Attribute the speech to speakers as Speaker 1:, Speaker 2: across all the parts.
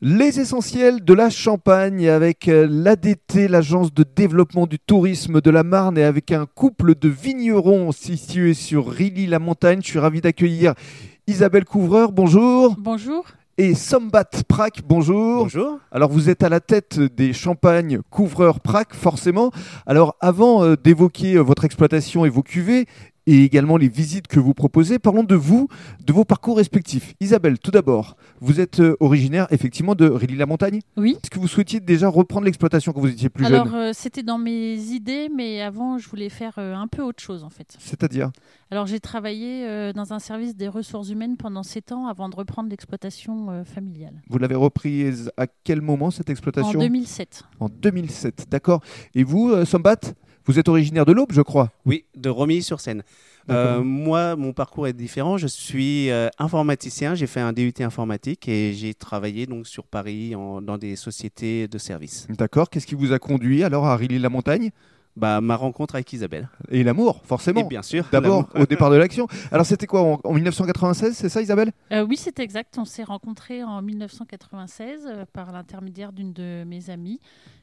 Speaker 1: Les essentiels de la Champagne avec euh, l'ADT, l'agence de développement du tourisme de la Marne, et avec un couple de vignerons situés sur Rilly-la-Montagne. Je suis ravi d'accueillir Isabelle Couvreur, bonjour.
Speaker 2: Bonjour.
Speaker 1: Et Sombat Prac, bonjour.
Speaker 3: Bonjour.
Speaker 1: Alors vous êtes à la tête des Champagnes Couvreur Prac, forcément. Alors avant euh, d'évoquer euh, votre exploitation et vos cuvées, et également les visites que vous proposez, parlons de vous, de vos parcours respectifs. Isabelle, tout d'abord, vous êtes euh, originaire effectivement de Rilly-la-Montagne
Speaker 2: Oui.
Speaker 1: Est-ce que vous souhaitiez déjà reprendre l'exploitation quand vous étiez plus jeune
Speaker 2: Alors, euh, c'était dans mes idées, mais avant, je voulais faire euh, un peu autre chose, en fait.
Speaker 1: C'est-à-dire
Speaker 2: Alors, j'ai travaillé euh, dans un service des ressources humaines pendant 7 ans avant de reprendre l'exploitation euh, familiale.
Speaker 1: Vous l'avez reprise à quel moment cette
Speaker 2: En
Speaker 1: exploitation
Speaker 2: 2007.
Speaker 1: En 2007, d'accord. Et vous, euh, Sombat, vous êtes originaire de l'Aube, je crois
Speaker 3: Oui, de Romilly-sur-Seine.
Speaker 1: D'accord.
Speaker 3: Euh, moi, mon parcours est différent. Je suis euh, informaticien. J'ai fait un DUT informatique et j'ai travaillé donc sur Paris en- dans des sociétés de services.
Speaker 1: D'accord. Qu'est-ce qui vous a conduit alors à Rilly-la-Montagne
Speaker 3: Bah, ma rencontre avec Isabelle.
Speaker 1: Et l'amour,
Speaker 3: Et
Speaker 1: forcément.
Speaker 3: bien sûr.
Speaker 1: D'abord,
Speaker 3: l'amour.
Speaker 1: au départ de l'action. Alors, c'était quoi en, en 1996, c'est ça, Isabelle
Speaker 2: Euh, oui, c'est exact. On s'est rencontrés en 1996 euh, par l'intermédiaire d'une de mes amies.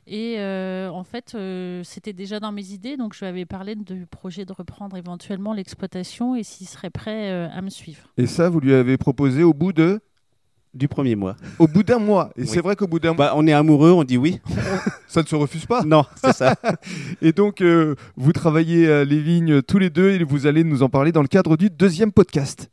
Speaker 2: Et euh, en fait, euh, c'était déjà dans mes idées, donc je lui avais parlé du projet de reprendre éventuellement l'exploitation et s'il serait prêt euh, à me suivre.
Speaker 1: Et ça, vous lui avez proposé au bout de,
Speaker 3: Du premier mois.
Speaker 1: au bout d'un mois. Et
Speaker 3: Oui.
Speaker 1: c'est vrai qu'au bout d'un mois,
Speaker 3: Bah, on est amoureux, on dit oui.
Speaker 1: ça ne se refuse pas.
Speaker 3: Non, c'est ça.
Speaker 1: Et donc, euh, vous travaillez euh, les vignes tous les deux et vous allez nous en parler dans le cadre du deuxième podcast.